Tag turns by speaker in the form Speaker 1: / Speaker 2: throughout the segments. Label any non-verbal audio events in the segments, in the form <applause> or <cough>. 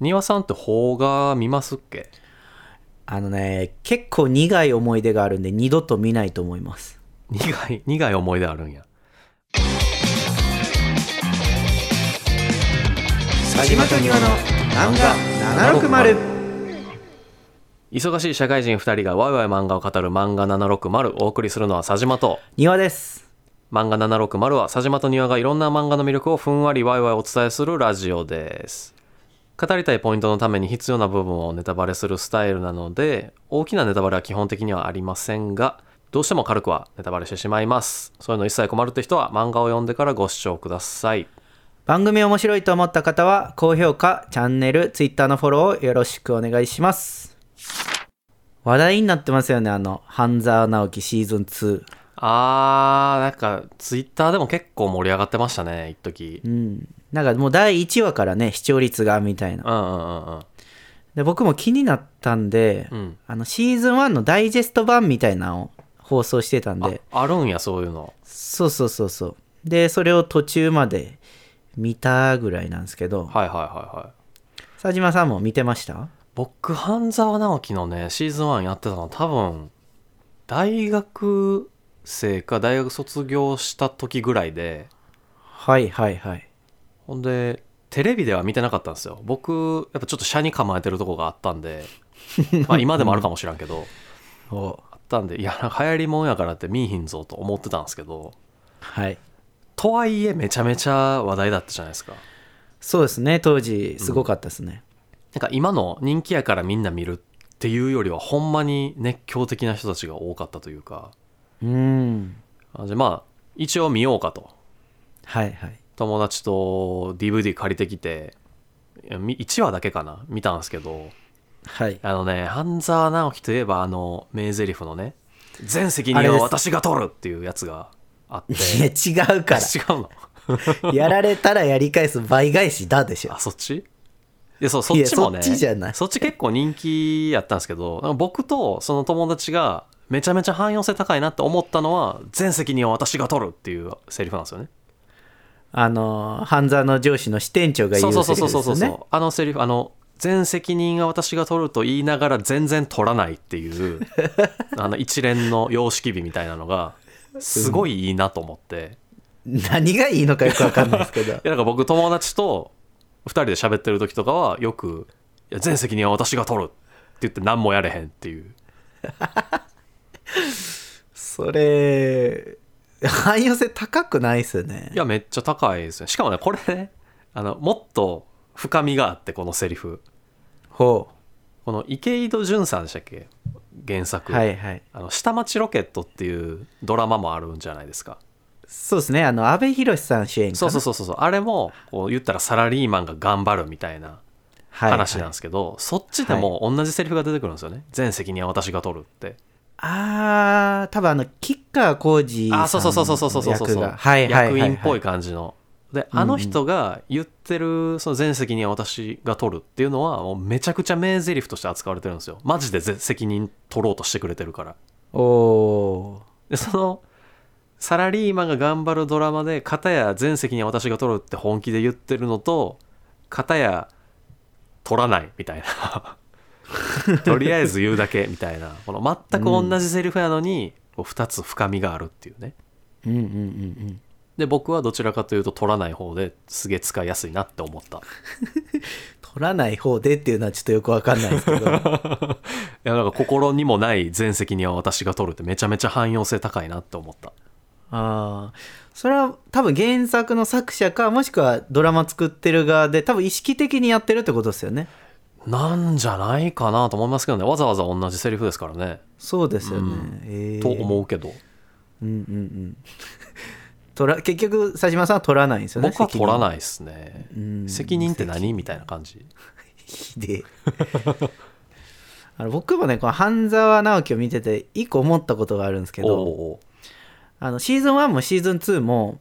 Speaker 1: 庭さんって邦画見ますっけ
Speaker 2: あのね、結構苦い思い出があるんで、二度と見ないと思います。
Speaker 1: 苦い苦い思い出あるんや
Speaker 2: 佐島と庭の漫画760。
Speaker 1: 忙しい社会人2人がワイワイ漫画を語る漫画760お送りするのは佐島と
Speaker 2: 庭です。
Speaker 1: 漫画760は佐島と庭がいろんな漫画の魅力をふんわりワイワイお伝えするラジオです語りたいポイントのために必要な部分をネタバレするスタイルなので大きなネタバレは基本的にはありませんがどうしても軽くはネタバレしてしまいますそういうの一切困るって人は漫画を読んでからご視聴ください
Speaker 2: 番組面白いと思った方は、高評価、チャンネル、ツイッターのフォローをよろしくお願いします。話題になってますよね、あの、半沢直樹シーズン2。
Speaker 1: あーなんかツイッターでも結構盛り上がってましたね一時
Speaker 2: うん。なんかもう第1話からね、視聴率が、みたいな。
Speaker 1: うんうんうんうん
Speaker 2: で、僕も気になったんで、
Speaker 1: うん
Speaker 2: あの、シーズン1のダイジェスト版みたいなのを放送してたんで、
Speaker 1: あるんやそういうの
Speaker 2: そうそうそうそうでそれを途中まで見たぐらいなんですけど
Speaker 1: はいはいはいはい
Speaker 2: 佐島さんも見てました
Speaker 1: 僕半沢直樹のねシーズン1やってたの多分大学生か大学卒業した時ぐらいで
Speaker 2: はいはいはい
Speaker 1: ほんでテレビでは見てなかったんですよ僕やっぱちょっと車に構えてるとこがあったんでまあ今でもあるかもしらんけど
Speaker 2: お
Speaker 1: あったんでいやなんか流行りもんやからって見いひんぞと思ってたんですけど
Speaker 2: はい
Speaker 1: とはいえめちゃめちゃ話題だったじゃないですか
Speaker 2: そうですね当時すごかったですね、
Speaker 1: なんか今の人気やからみんな見るっていうよりはほんまに熱狂的な人たちが多かったというか
Speaker 2: うん、
Speaker 1: あじゃあまあ一応見ようかと
Speaker 2: はいはい
Speaker 1: 友達と DVD 借りてきていやみ1話だけかな見たんですけど
Speaker 2: はい
Speaker 1: あのね半沢直樹といえばあの名台詞のね「全責
Speaker 2: あれ
Speaker 1: 任
Speaker 2: です
Speaker 1: を私が取る!」っていうやつがあって
Speaker 2: いや違う <laughs> か
Speaker 1: 違うの
Speaker 2: らやられたらやり返す倍返しだでしょ
Speaker 1: あそっちいやそうそっちもね
Speaker 2: いやそっちじゃない
Speaker 1: そっち結構人気やったんですけどなんか僕とその友達がめちゃめちゃ汎用性高いなって思ったのは「全責任を私が取る!」っていうセリフなんですよね
Speaker 2: あの半沢の上司の支店長が言
Speaker 1: そうう
Speaker 2: セ
Speaker 1: そう
Speaker 2: リフ
Speaker 1: そう
Speaker 2: です
Speaker 1: そ
Speaker 2: よね
Speaker 1: うそうそうあのセリフあの全責任は私が取ると言いながら全然取らないっていう
Speaker 2: <laughs>
Speaker 1: あの一連の様式美みたいなのがすごいいいなと思って、
Speaker 2: 何がいいのかよくわかんないですけ
Speaker 1: い
Speaker 2: ど
Speaker 1: やなんか僕友達と2人で喋ってる時とかはよく「いや全責任は私が取る」って言って何もやれへんっていう
Speaker 2: それ汎用性高くないっすよね
Speaker 1: いやめっちゃ高いですねしかもねこれねあのもっと深みがあってこのセリフ
Speaker 2: ほ
Speaker 1: この池井戸潤さんでしたっけ原
Speaker 2: う
Speaker 1: 作、
Speaker 2: はいはい
Speaker 1: あの下町ロケットっていうドラマもあるんじゃないですか
Speaker 2: そうですね、あの、阿部寛さん主演かな
Speaker 1: そうそうそうそうあれもこう言ったらサラリーマンが頑張るみたいな
Speaker 2: はいはい
Speaker 1: 話なんですけど、そっちでも同じセリフが出てくるんですよね、全責任は私が取るって
Speaker 2: あー、多分あの、吉川浩司さんの
Speaker 1: あそうそうそうそうそうそうそうそう
Speaker 2: 役がはいはいはい、はい。
Speaker 1: 役員っぽい。感じのであの人が言ってる「その全責任は私が取る」っていうのはもうめちゃくちゃ名台詞として扱われてるんですよマジでぜ責任取ろうとしてくれてるから
Speaker 2: おー。
Speaker 1: でそのサラリーマンが頑張るドラマで片や全責任は私が取るって本気で言ってるのと片や取らないみたいな <laughs> とりあえず言うだけみたいなこの全く同じセリフやのに、こう2つ深みがあるっていうね
Speaker 2: うんうんうんうん。
Speaker 1: で僕はどちらかというと取らない方ですげえ使いやすいなって思った <laughs> い
Speaker 2: 取らない方でっていうのはちょっとよくわかんないです
Speaker 1: <laughs>
Speaker 2: けど。
Speaker 1: やなんか心にもない全責任は私が取るってめちゃめちゃ汎用性高いなって思った
Speaker 2: あー。それは多分原作の作者か、もしくはドラマ作ってる側で、多分意識的にやってるってことですよね。
Speaker 1: なんじゃないかなと思いますけどねわざわざ同じセリフですからね、
Speaker 2: そうですよね。えー
Speaker 1: と思うけど
Speaker 2: うんうんうん。 <laughs> 取ら結局、佐島さんは取らないんですよね。
Speaker 1: 僕は取ら
Speaker 2: い。
Speaker 1: ないですね
Speaker 2: うん
Speaker 1: 責任って何みたいな感じ
Speaker 2: ひ <laughs> でえあの僕もねこの半沢直樹を見てて一個思ったことがあるんですけ
Speaker 1: おう
Speaker 2: ど
Speaker 1: おう
Speaker 2: あのシーズン1もシーズン2も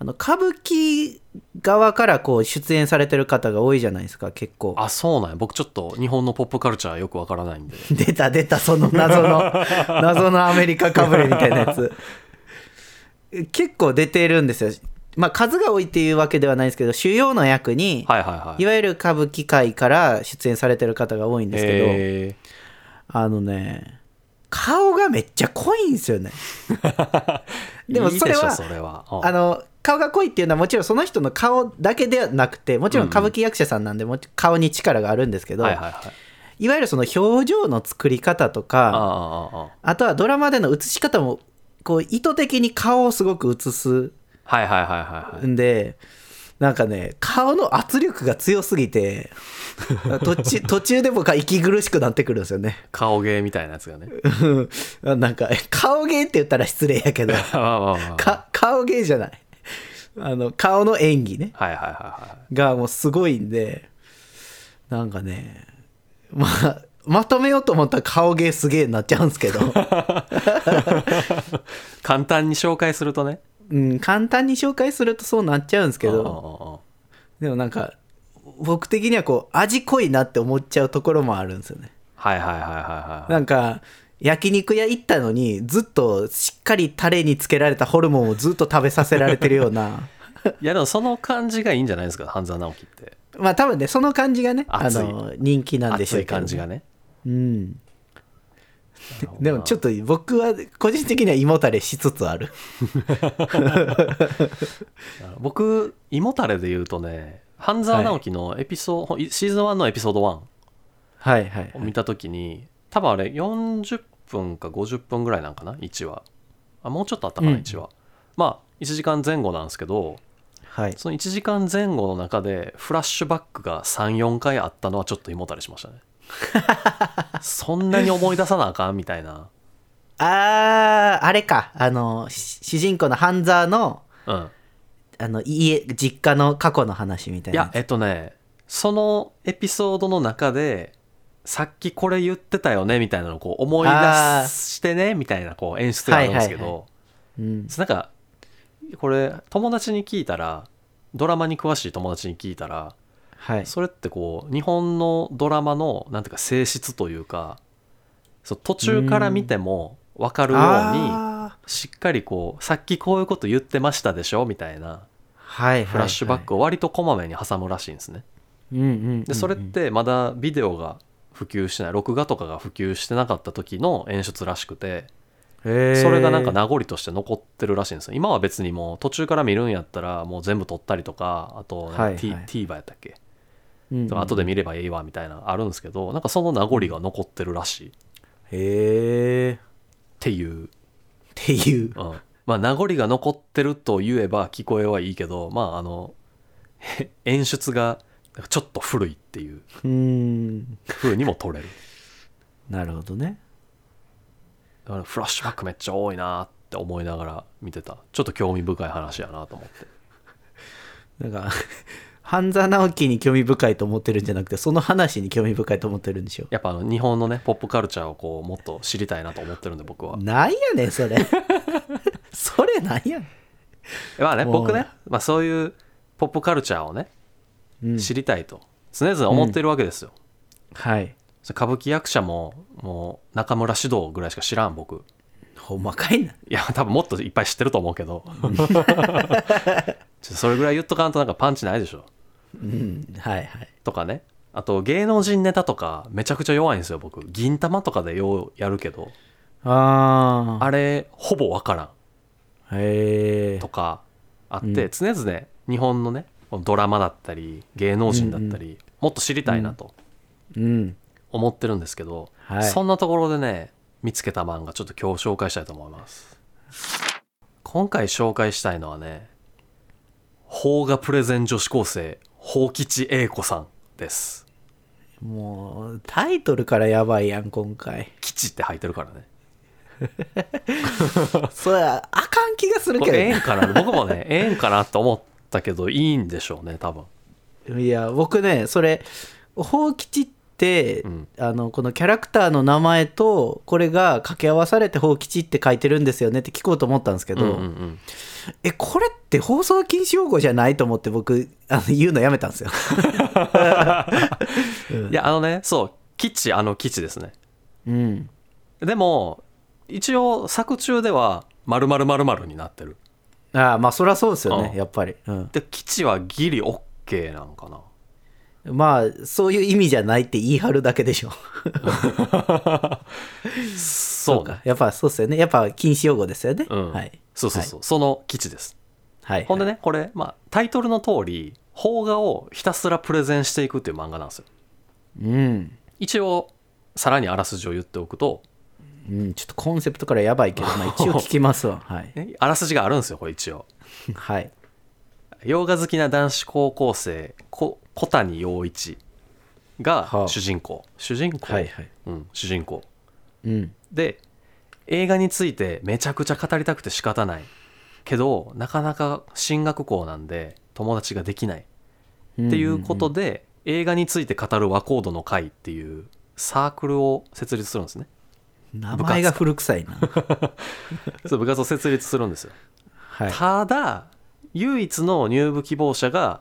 Speaker 2: あの歌舞伎側からこう出演されてる方が多いじゃないですか結構
Speaker 1: あそうなんや僕ちょっと日本のポップカルチャーよくわからないんで
Speaker 2: <laughs> 出た出たその謎
Speaker 1: <laughs>
Speaker 2: の謎のアメリカかぶれみたいなやつ結構出てるんですよまあ数が多いっていうわけではないですけど主要の役に、
Speaker 1: はいはいはい
Speaker 2: い、わゆる歌舞伎界から出演されてる方が多いんですけど、
Speaker 1: え
Speaker 2: あのね顔がめっちゃ濃いんですよね
Speaker 1: ー
Speaker 2: でも
Speaker 1: いい
Speaker 2: それ
Speaker 1: しょ
Speaker 2: は
Speaker 1: それはうん
Speaker 2: あの顔が濃いっていうのはもちろんその人の顔だけではなくてもちろん歌舞伎役者さんなんでもち顔に力があるんですけど、
Speaker 1: はい
Speaker 2: い
Speaker 1: はいはい
Speaker 2: わゆるその表情の作り方とか
Speaker 1: ああああああ
Speaker 2: あとはドラマでの映し方もこう意図的に顔をすごく映す
Speaker 1: はいはいはいはいはい
Speaker 2: んでなんかね顔の圧力が強すぎて <laughs> 途中途中で僕は息苦しくなってくるんですよね <laughs>
Speaker 1: 顔芸みたいなやつがね
Speaker 2: うんなんか顔芸って言ったら失礼やけど
Speaker 1: まあまあまあまあ
Speaker 2: か顔芸じゃないあの顔の演技ね
Speaker 1: はいはいはいは
Speaker 2: がもうすごいんでなんかねまあまとめようと思ったら顔芸すげえなっちゃうんです
Speaker 1: <laughs>
Speaker 2: けど
Speaker 1: い簡単に紹介するとね
Speaker 2: うん、簡単に紹介するとそうなっちゃうんですけど
Speaker 1: ど
Speaker 2: でもなんか僕的にはこう味濃いなって思っちゃうところもあるんですよね
Speaker 1: はいはいはいはいはい
Speaker 2: なんか焼肉屋行ったのにずっとしっかりタレにつけられたホルモンをずっと食べさせられてるよ
Speaker 1: <laughs>
Speaker 2: うな
Speaker 1: いやでもその感じがいいんじゃないですか半沢直樹って
Speaker 2: まあ多分ねその感じがねあ
Speaker 1: 熱い
Speaker 2: の人気なんでしょ
Speaker 1: 熱
Speaker 2: う
Speaker 1: い
Speaker 2: けどね、
Speaker 1: 感じがね
Speaker 2: うん <laughs> でもちょっと僕は個人的には胃もたれしつつある
Speaker 1: 僕胃もたれで言うとね半沢直樹のエピソード、シーズン1のエピソード1
Speaker 2: はいはい
Speaker 1: を見た時に多分あれ40分か50分ぐらいなんかな1話あもうちょっとあったかな
Speaker 2: うん
Speaker 1: 1話、まあ1時間前後なんですけど
Speaker 2: はい
Speaker 1: その1時間前後の中でフラッシュバックが34回あったのはちょっと胃もたれしましたね
Speaker 2: <laughs>
Speaker 1: そんなに思い出さなあかんみたいな
Speaker 2: あーあれかあのし主人公の半沢の
Speaker 1: うん
Speaker 2: あの家実家の過去の話みたい
Speaker 1: い
Speaker 2: な
Speaker 1: やえっとねそのエピソードの中でさっきこれ言ってたよねみたいなのをこう思い
Speaker 2: あー
Speaker 1: 出してねみたいなこう演出があるんですけど、
Speaker 2: はいはうん、
Speaker 1: なんかこれ友達に聞いたらドラマに詳しい友達に聞いたら
Speaker 2: はい
Speaker 1: それってこう日本のドラマのなんていうか性質というかそう途中から見ても分かるように
Speaker 2: あー
Speaker 1: しっかりこうさっきこういうこと言ってましたでしょみたいな
Speaker 2: はい
Speaker 1: フラッシュバックを割とこまめに挟むらしいんですね。
Speaker 2: はいはいうんうんうんうん
Speaker 1: でそれってまだビデオが普及してない録画とかが普及してなかった時の演出らしくて
Speaker 2: へー
Speaker 1: それがなんか名残として残ってるらしいんですよ今は別にもう途中から見るんやったらもう全部撮ったりとかあと
Speaker 2: はいはい
Speaker 1: T- TVer やったっけ
Speaker 2: うんうん
Speaker 1: とか後で見ればいいわみたいなあるんですけどなんかその名残が残ってるらしいっ
Speaker 2: へえって
Speaker 1: いう、
Speaker 2: ていう
Speaker 1: うんまあ名残が残ってると言えば聞こえはいいけどまああのへ演出がちょっと古いっていう
Speaker 2: うん
Speaker 1: 風にも取れる
Speaker 2: なるほどね
Speaker 1: だからフラッシュバックめっちゃ多いなって思いながら見てたちょっと興味深い話やなと思って
Speaker 2: なんか <laughs> 半沢直樹に興味深いと思ってるんじゃなくてその話に興味深いと思ってるんでしょ
Speaker 1: やっぱあの日本のねポップカルチャーをこうもっと知りたいなと思ってるんで僕は
Speaker 2: なんやねんそれ <laughs> それなんやね
Speaker 1: まあね
Speaker 2: おー
Speaker 1: 僕ね、まあ、そういうポップカルチャーをね
Speaker 2: ん、うん、
Speaker 1: 知りたいと常々思っているわけですよ、
Speaker 2: はい
Speaker 1: それ歌舞伎役者ももう中村獅童ぐらいしか知らん僕
Speaker 2: ほんまかいない
Speaker 1: や多分もっといっぱい知ってると思うけど
Speaker 2: <laughs>
Speaker 1: ちょっとそれぐらい言っとかんとなんかパンチないでしょ
Speaker 2: うんはいはい
Speaker 1: とかねあと芸能人ネタとかめちゃくちゃ弱いんですよ僕銀玉とかでようやるけど
Speaker 2: あ
Speaker 1: あれほぼわからん
Speaker 2: あへえ
Speaker 1: とかあって、常々日本のねドラマだったり芸能人だったり、もっと知りたいなと
Speaker 2: うん
Speaker 1: 思ってるんですけど、
Speaker 2: はい
Speaker 1: そんなところでね見つけた漫画ちょっと今日紹介したいと思います今回紹介したいのはね邦画プレゼン女子高生邦吉英子さんです
Speaker 2: もうタイトルからやばいやん今回
Speaker 1: 吉って入ってるからね
Speaker 2: それあかん気がする
Speaker 1: こ
Speaker 2: けど
Speaker 1: れええん
Speaker 2: ね
Speaker 1: かな僕も
Speaker 2: <laughs>
Speaker 1: ねええんかなと思ったけどいいんでしょうね多分
Speaker 2: いや僕ねそれほうきちって、
Speaker 1: うん
Speaker 2: あのこのキャラクターの名前とこれが掛け合わされてほうきちって書いてるんですよねって聞こうと思ったんですけど、
Speaker 1: うんうんうん
Speaker 2: えこれって放送禁止用語じゃないと思って僕あの言うのやめたんですよ
Speaker 1: <laughs> いやあのねそう吉あの吉ですね
Speaker 2: うん
Speaker 1: でも一応作中では〇〇〇〇になってる
Speaker 2: ああまあそりゃそうですよね、
Speaker 1: うん
Speaker 2: やっぱり、うん、
Speaker 1: で吉はギリ OK なんかな
Speaker 2: まあそういう意味じゃないって言い張るだけでしょ
Speaker 1: そうね
Speaker 2: かやっぱそうですよねやっぱ禁止用語ですよね、
Speaker 1: うん
Speaker 2: はい
Speaker 1: そうそうそう、その基地です
Speaker 2: はい
Speaker 1: ほんでねこれ、まあ、タイトルの通り邦画をひたすらプレゼンしていくっていう漫画なんですよ
Speaker 2: うん、
Speaker 1: 一応さらにあらすじを言っておくと
Speaker 2: うん、ちょっとコンセプトからやばいけど、
Speaker 1: <laughs>
Speaker 2: まあ、一応聞きますわはい
Speaker 1: えあらすじがあるんですよこれ一応
Speaker 2: はい
Speaker 1: 洋画好きな男子高校生こ小谷陽一が
Speaker 2: はあ
Speaker 1: 主人公、主人公、
Speaker 2: はい
Speaker 1: うん、主人公
Speaker 2: うん
Speaker 1: で映画についてめちゃくちゃ語りたくて仕方ないけどなかなか進学校なんで友達ができないっていうこと
Speaker 2: で、
Speaker 1: で、映画について語る和コードの会っていうサークルを設立するんですね
Speaker 2: うん名前が古臭いな
Speaker 1: そう部活を設立するんですよ、
Speaker 2: はい
Speaker 1: ただ唯一の入部希望者が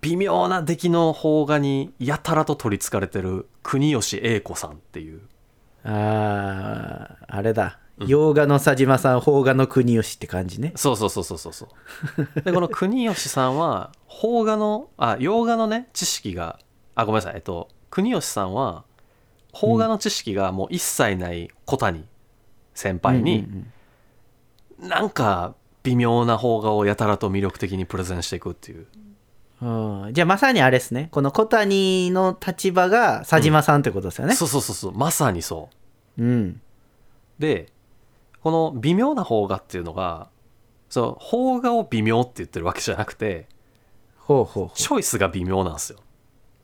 Speaker 1: 微妙な出来の邦画にやたらと取りつかれてる国吉英子さんっていう
Speaker 2: あーあれだ洋画の佐島さん邦画の国吉って感じね
Speaker 1: そうそうそうそうそうそう <laughs> でこの国吉さんは邦画のあ洋画のね知識があごめんなさいえっと国吉さんは邦画の知識がもう一切ない小谷先輩に
Speaker 2: うんうんうん
Speaker 1: なんか微妙な邦画をやたらと魅力的にプレゼンしていくっていう
Speaker 2: うんじゃあまさにあれですねこの小谷の立場が佐島さんってことですよね
Speaker 1: そうそうそうそうまさにそう
Speaker 2: うん、
Speaker 1: でこの微妙な邦画っていうのがその邦画を微妙って言ってるわけじゃなくて
Speaker 2: ほうほうほ
Speaker 1: チョイスが微妙なんですよ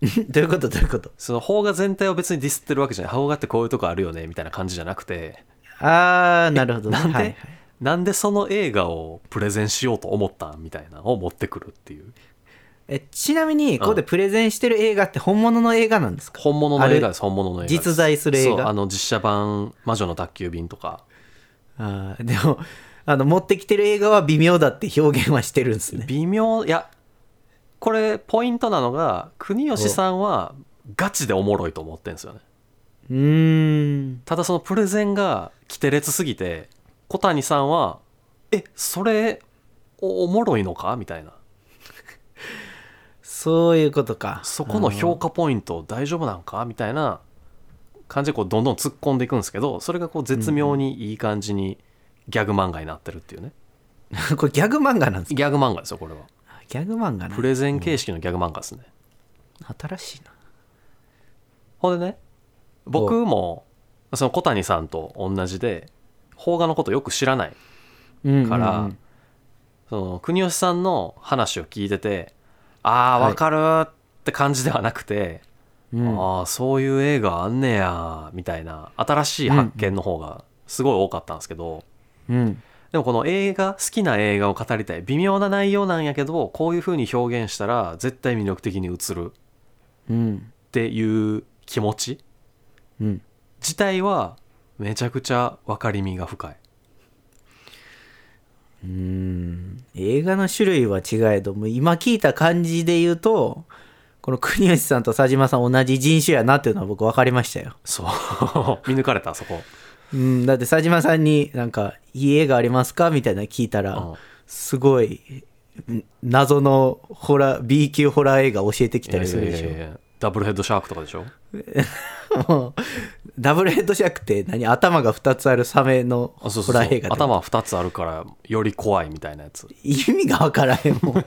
Speaker 2: うどういうことどういうこと
Speaker 1: その邦画全体を別にディスってるわけじゃない邦画ってこういうとこあるよねみたいな感じじゃなくて
Speaker 2: ああなるほどね
Speaker 1: なんで
Speaker 2: はいはい
Speaker 1: なんでその映画をプレゼンしようと思ったんみたいなのを持ってくるっていう
Speaker 2: えちなみにここでプレゼンしてる映画って本物の映画なんですか
Speaker 1: 本物の映画です本物の映画です
Speaker 2: 実在する映画
Speaker 1: そうあの実写版「魔女の宅急便」とか
Speaker 2: あーでも <laughs> あの持ってきてる映画は微妙だって表現はしてるんですね
Speaker 1: 微妙いやこれポイントなのが国吉さんはガチでおもろいと思ってるんですよね
Speaker 2: <laughs> うーん
Speaker 1: ただそのプレゼンが奇て列すぎて小谷さんは「えそれおおもろいのか?」みたいな
Speaker 2: そういうことか
Speaker 1: そこの評価ポイント大丈夫なんかみたいな感じでこうどんどん突っ込んでいくんですけどそれがこう絶妙にいい感じにギャグ漫画になってるっていうね
Speaker 2: うんこれギャグ漫画なんです
Speaker 1: ギ
Speaker 2: か
Speaker 1: ャグ漫画ですよこれは
Speaker 2: ギャグ漫画な
Speaker 1: プレゼン形式のギャグ漫画ですね
Speaker 2: 新しいな
Speaker 1: ほんでね僕もその小谷さんと同じで邦画のことよく知らない
Speaker 2: うん
Speaker 1: から
Speaker 2: うんうん
Speaker 1: その国吉さんの話を聞いててああ
Speaker 2: はい
Speaker 1: わかるーって感じではなくて、
Speaker 2: うん
Speaker 1: ああそういう映画あんねやーみたいな新しい発見の方がすごい多かったんですけど、
Speaker 2: うん
Speaker 1: でもこの映画好きな映画を語りたい微妙な内容なんやけどこういう風に表現したら絶対魅力的に映る
Speaker 2: うん
Speaker 1: っていう気持ち
Speaker 2: うん
Speaker 1: 自体はめちゃくちゃ分かりみが深い
Speaker 2: うん映画の種類は違えどもう今聞いた感じで言うとこの国吉さんと佐島さん同じ人種やなっていうのは僕分かりましたよ、
Speaker 1: そう <laughs> 見抜かれたそこ、
Speaker 2: うん、だって佐島さんになんか「いい映画ありますか?」みたいなの聞いたら、
Speaker 1: うん
Speaker 2: すごいん謎のホラー B 級ホラー映画教えてきたりするでしょ、
Speaker 1: いやいやいやダブルヘッドシャークとかでしょ
Speaker 2: <laughs> もうダブルヘッドシャークって何頭が2つあるサメのホ
Speaker 1: あそうそうそう
Speaker 2: ラー映画って
Speaker 1: 頭2つあるからより怖いみたいなやつ
Speaker 2: 意味が分からへん
Speaker 1: <laughs>
Speaker 2: もん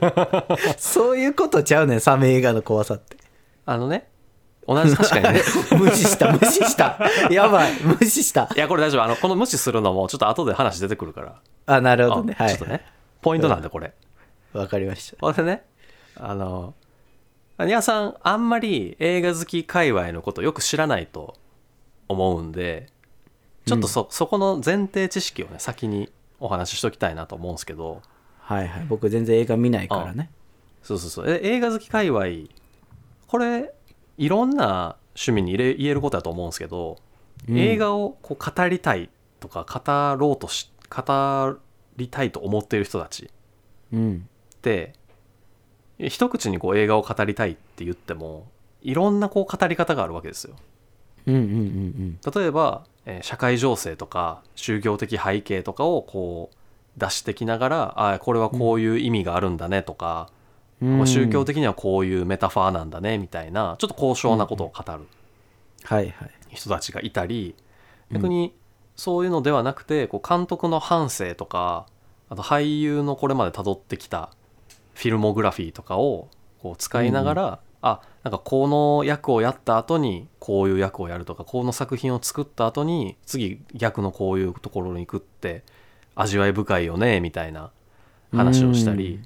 Speaker 2: そういうことちゃうねんサメ映画の怖さって
Speaker 1: あのね同じ確かにね
Speaker 2: <laughs> 無視した無視したやばい無視した
Speaker 1: <laughs> いやこれ大丈夫あのこの無視するのもちょっと後で話出てくるから
Speaker 2: あなるほ
Speaker 1: あ
Speaker 2: どねは
Speaker 1: ちょ
Speaker 2: い
Speaker 1: っとねポイントなんでこれ、
Speaker 2: わかりました
Speaker 1: これねあのニャさんあんまり映画好き界隈のことよく知らないと思うんでちょっとそ,、そこの前提知識をね先にお話ししときたいなと思うんですけど
Speaker 2: はいはい僕全然映画見ないからね
Speaker 1: そうそうそうえ映画好き界隈これいろんな趣味に入れ言えることだと思うんですけど、
Speaker 2: うん
Speaker 1: 映画をこう語りたいとか語ろうとし語りたいと思っている人たち
Speaker 2: うん
Speaker 1: って一口にこう映画を語りたいって言ってもいろんなこう語り方があるわけですよ
Speaker 2: うんうんうん
Speaker 1: 例えば、えー社会情勢とか宗教的背景とかをこう出してきながらああこれはこういう意味があるんだねとか、
Speaker 2: うん
Speaker 1: まあ宗教的にはこういうメタファーなんだねみたいなちょっと高尚なことを語る
Speaker 2: はいはい
Speaker 1: 人たちがいたり逆にそういうのではなくてこう監督の半生とかあと俳優のこれまで辿ってきたフィルモグラフィーとかをこう使いながら、あなんかこの役をやった後にこういう役をやるとかこの作品を作った後に次逆のこういうところに行くって味わい深いよねみたいな話をしたり、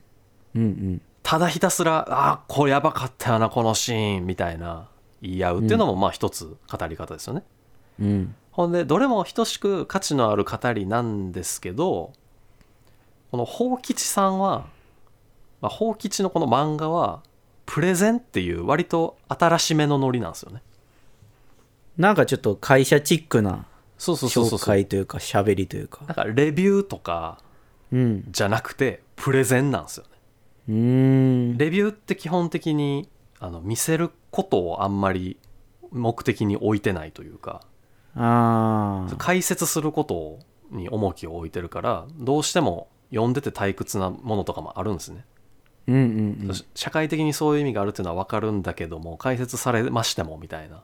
Speaker 2: うんうん
Speaker 1: ただひたすら「あこれやばかったよなこのシーン」みたいな言い合うっていうのもまあ一つ語り方ですよね。
Speaker 2: うん
Speaker 1: ほんでどれも等しく価値のある語りなんですけどこの宝吉さんは、まあ、宝吉のこの漫画はプレゼンっていう割と新しめのノリなんですよね。
Speaker 2: なんかちょっと会社チックな
Speaker 1: そうそうそうそうそ
Speaker 2: 紹
Speaker 1: う
Speaker 2: 介というか喋りというか
Speaker 1: なんかレビューとか
Speaker 2: うん
Speaker 1: じゃなくてプレゼンなんですよね。
Speaker 2: うーん
Speaker 1: レビューって基本的にあの見せることをあんまり目的に置いてないというか
Speaker 2: ああ
Speaker 1: 解説することに重きを置いてるからどうしても読んでて退屈なものとかもあるんですね。
Speaker 2: うんうん
Speaker 1: 社会的にそういう意味があるっていうのは分かるんだけども解説されましてもみたいな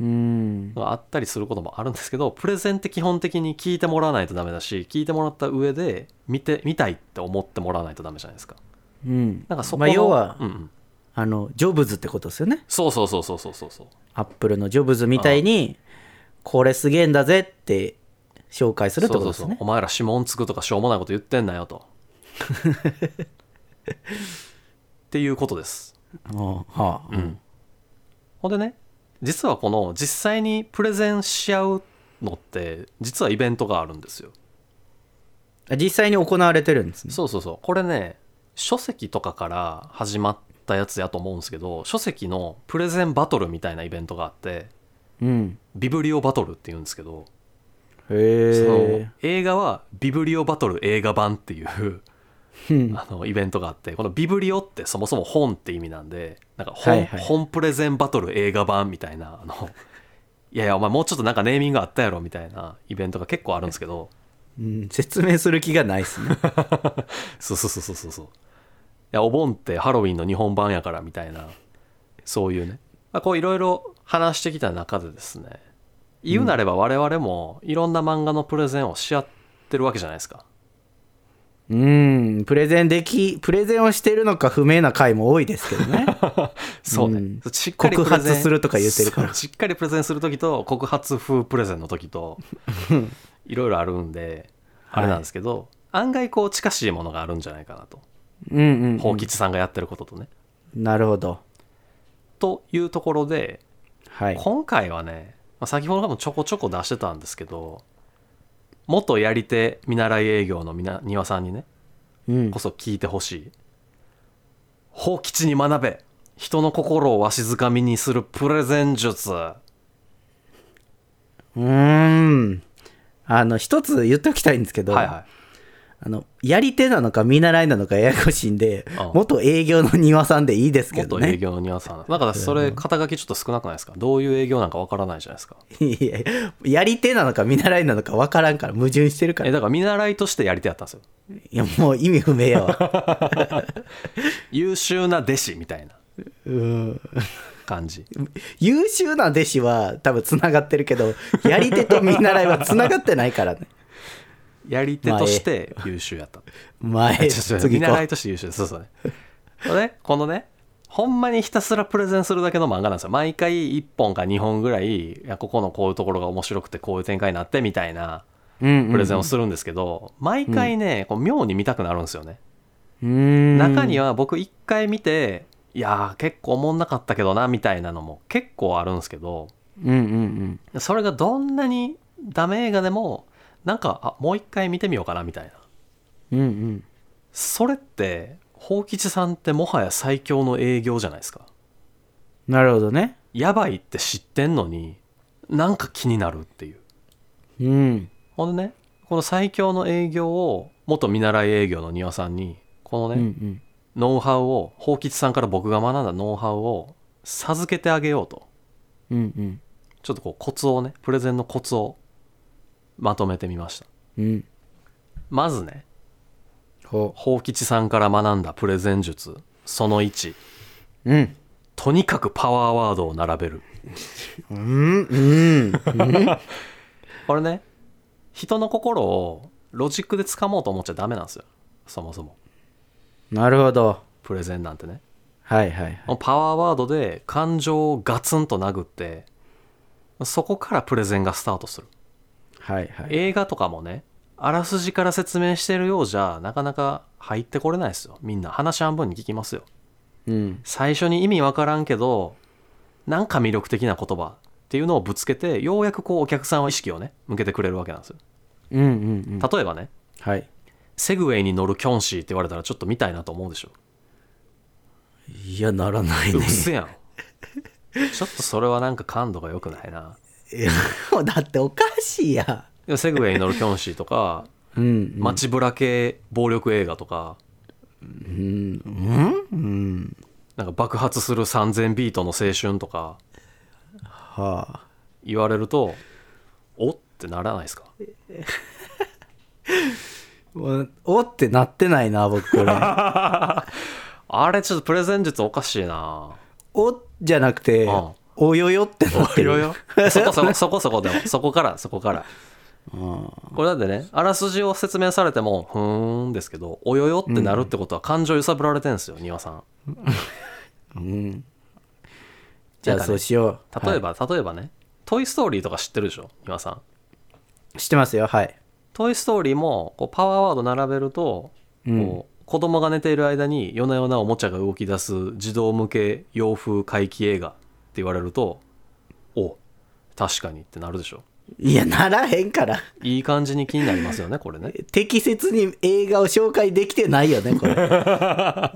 Speaker 2: うんうん
Speaker 1: のがあったりすることもあるんですけどプレゼンって基本的に聞いてもらわないとダメだし聞いてもらった上で見て見たいって思ってもらわないとダメじゃないですか
Speaker 2: うん
Speaker 1: なんかそこ
Speaker 2: ま
Speaker 1: の、
Speaker 2: あ要は
Speaker 1: うんうん、
Speaker 2: あのジョブズってことですよね
Speaker 1: そうそうそうそうそうそうそう
Speaker 2: アップルのジョブズみたいにこれすげえんだぜって紹介するってことです
Speaker 1: そうそうそう
Speaker 2: ね
Speaker 1: お前ら指紋つくとかしょうもないこと言ってんなよ
Speaker 2: <laughs>
Speaker 1: とっていうことです
Speaker 2: ああはあ
Speaker 1: うんほんでね実はこの実際にプレゼンし合うのって実はイベントがあるんですよ
Speaker 2: あ実際に行われてるんですね
Speaker 1: そうそうそうこれね書籍とかから始まったやつやと思うんですけど書籍のプレゼンバトルみたいなイベントがあって
Speaker 2: うん
Speaker 1: ビブリオバトルっていうんですけど、その
Speaker 2: へ
Speaker 1: 映画はビブリオバトル映画版っていう
Speaker 2: え
Speaker 1: あのイベントがあってこのビブリオってそもそも本って意味なんでなんか本,、
Speaker 2: はいはい
Speaker 1: 本プレゼンバトル映画版みたいなあのいやいやお前もうちょっとなんかネーミングあったやろみたいなイベントが結構あるんですけ
Speaker 2: <laughs>
Speaker 1: ど
Speaker 2: うん説明する気がないですね
Speaker 1: そうそうそうそうそうそういやお盆ってハロウィンの日本版やからみたいなそういうね、まあ、こういろいろ話してきた中でですね言うなれば我々もいろんな漫画のプレゼンをし合ってるわけじゃないですか
Speaker 2: <laughs> うんプレゼンできプレゼンをしてるのか不明な回も多いですけどね
Speaker 1: <laughs> そうね、
Speaker 2: うん
Speaker 1: しっかりプレゼン
Speaker 2: 告発するとか言ってるから
Speaker 1: そうしっかりプレゼンする時と告発風プレゼンの時
Speaker 2: <laughs>
Speaker 1: といろいろあるんであれなんですけど、案外こう近しいものがあるんじゃないかなと
Speaker 2: <laughs> うんうんうん
Speaker 1: 宝吉さんがやってることとね、
Speaker 2: なるほど
Speaker 1: というところで
Speaker 2: はい
Speaker 1: 今回はね、まあ、先ほどもちょこちょこ出してたんですけど元やり手見習い営業のみな庭さんにね
Speaker 2: うん
Speaker 1: こそ聞いてほしい「法吉に学べ人の心をわしづかみにするプレゼン術」
Speaker 2: うーんあの一つ言っておきたいんですけど、
Speaker 1: はいは
Speaker 2: あのやり手なのか見習いなのかややこしいんで、
Speaker 1: うん
Speaker 2: 元営業の庭さんでいいです
Speaker 1: い
Speaker 2: けど
Speaker 1: 元営
Speaker 2: ね。
Speaker 1: 業の庭さんなんかそれ肩書きちょっと少なくないですかどういう営業なんかわからないじゃないですか
Speaker 2: いやいややり手なのか見習いなのか分からんから矛盾してるから
Speaker 1: えだから見習いとしてやり手やったんですよ
Speaker 2: いやもう意味不明
Speaker 1: <laughs>
Speaker 2: やわ
Speaker 1: 優秀な弟子みたいな
Speaker 2: うん
Speaker 1: 感じ
Speaker 2: 優秀な弟子は多分つながってるけどやり手と見習いはつながってないからね
Speaker 1: やり手として優秀や <laughs> った
Speaker 2: 前
Speaker 1: ちょっと
Speaker 2: 次
Speaker 1: 見
Speaker 2: 行こ
Speaker 1: 習いとして優秀ですそうそうねこれねこのねほんまにひたすらプレゼンするだけの漫画なんですよ毎回1本か2本ぐらいいやここのこういうところが面白くてこういう展開になってみたいな
Speaker 2: う、うんうん
Speaker 1: プレゼンをするんですけど、毎回ねこう妙に見たくなるんですよね、
Speaker 2: うーん
Speaker 1: 中には僕1回見ていやー結構おもんなかったけどなみたいなのも結構あるんですけど
Speaker 2: うんうん
Speaker 1: それがどんなにダメ映画でもなんかあもう1回見てみようかなみたいな
Speaker 2: うんうんうん
Speaker 1: それって宝吉さんってもはや最強の営業じゃないですか
Speaker 2: なるほどね
Speaker 1: やばいって知ってんのになんか気になるっていう
Speaker 2: うん
Speaker 1: ほんでねこの最強の営業を元見習い営業の庭さんにこ
Speaker 2: う
Speaker 1: の
Speaker 2: んう
Speaker 1: ね、
Speaker 2: ん
Speaker 1: ノウハウを宝吉さんから僕が学んだノウハウを授けてあげようと
Speaker 2: うんうん
Speaker 1: ちょっとこうコツをねプレゼンのコツをまとめてみました
Speaker 2: うん
Speaker 1: まずね
Speaker 2: お
Speaker 1: 宝吉さんから学んだプレゼン術その1
Speaker 2: うん
Speaker 1: とにかくパワーワードを並べる
Speaker 2: うんうん
Speaker 1: これね人の心をロジックで掴もうと思っちゃダメなんですよそもそも
Speaker 2: なるほど
Speaker 1: プレゼンなんてね
Speaker 2: はいはい
Speaker 1: もうパワーワードで感情をガツンと殴ってそこからプレゼンがスタートする
Speaker 2: はいはい
Speaker 1: 映画とかもねあらすじから説明してるようじゃなかなか入ってこれないですよみんな話半分に聞きますよ
Speaker 2: うん
Speaker 1: 最初に意味わからんけどなんか魅力的な言葉っていうのをぶつけてようやくこうお客さんは意識をね向けてくれるわけなんですよ
Speaker 2: うんうんうん
Speaker 1: 例えばね
Speaker 2: はい
Speaker 1: セグウェイに乗るキョンシーって言われたらちょっと見たいなと思うでしょ
Speaker 2: いやならないね
Speaker 1: うっせやんちょっとそれはなんか感度が良くないない
Speaker 2: やもう <laughs> だっておかしいや
Speaker 1: でもセグウェイに乗るキョンシーとか
Speaker 2: うんうん
Speaker 1: 街ぶら系暴力映画とか
Speaker 2: うん
Speaker 1: なんか爆発する3000ビートの青春とか
Speaker 2: はあ
Speaker 1: 言われるとおってならないですか
Speaker 2: おおってなってないな僕 <laughs> これ
Speaker 1: あれちょっとプレゼン術おかしいな
Speaker 2: おじゃなくて
Speaker 1: うん
Speaker 2: およよってなってる
Speaker 1: いろいろ <laughs> そこそこそこそこでもそこからそこから
Speaker 2: うん
Speaker 1: これだってねあらすじを説明されてもふーんですけどおよよってなるってことは感情揺さぶられてるんですよ丹羽さん
Speaker 2: <laughs> うんじゃあ
Speaker 1: なんかね
Speaker 2: そうしよう
Speaker 1: 例えば、例えばね「トイ・ストーリー」とか知ってるでしょ丹羽さん
Speaker 2: 知ってますよはい
Speaker 1: 「トイ・ストーリーも」こうパワーワード並べると
Speaker 2: うん
Speaker 1: こう子供が寝ている間に夜な夜なおもちゃが動き出す児童向け洋風怪奇映画って言われるとお確かにってなるでしょ
Speaker 2: いやならへんから
Speaker 1: いい感じに気になりますよねこれね
Speaker 2: 適切に映画を紹介できてないよね <laughs> これ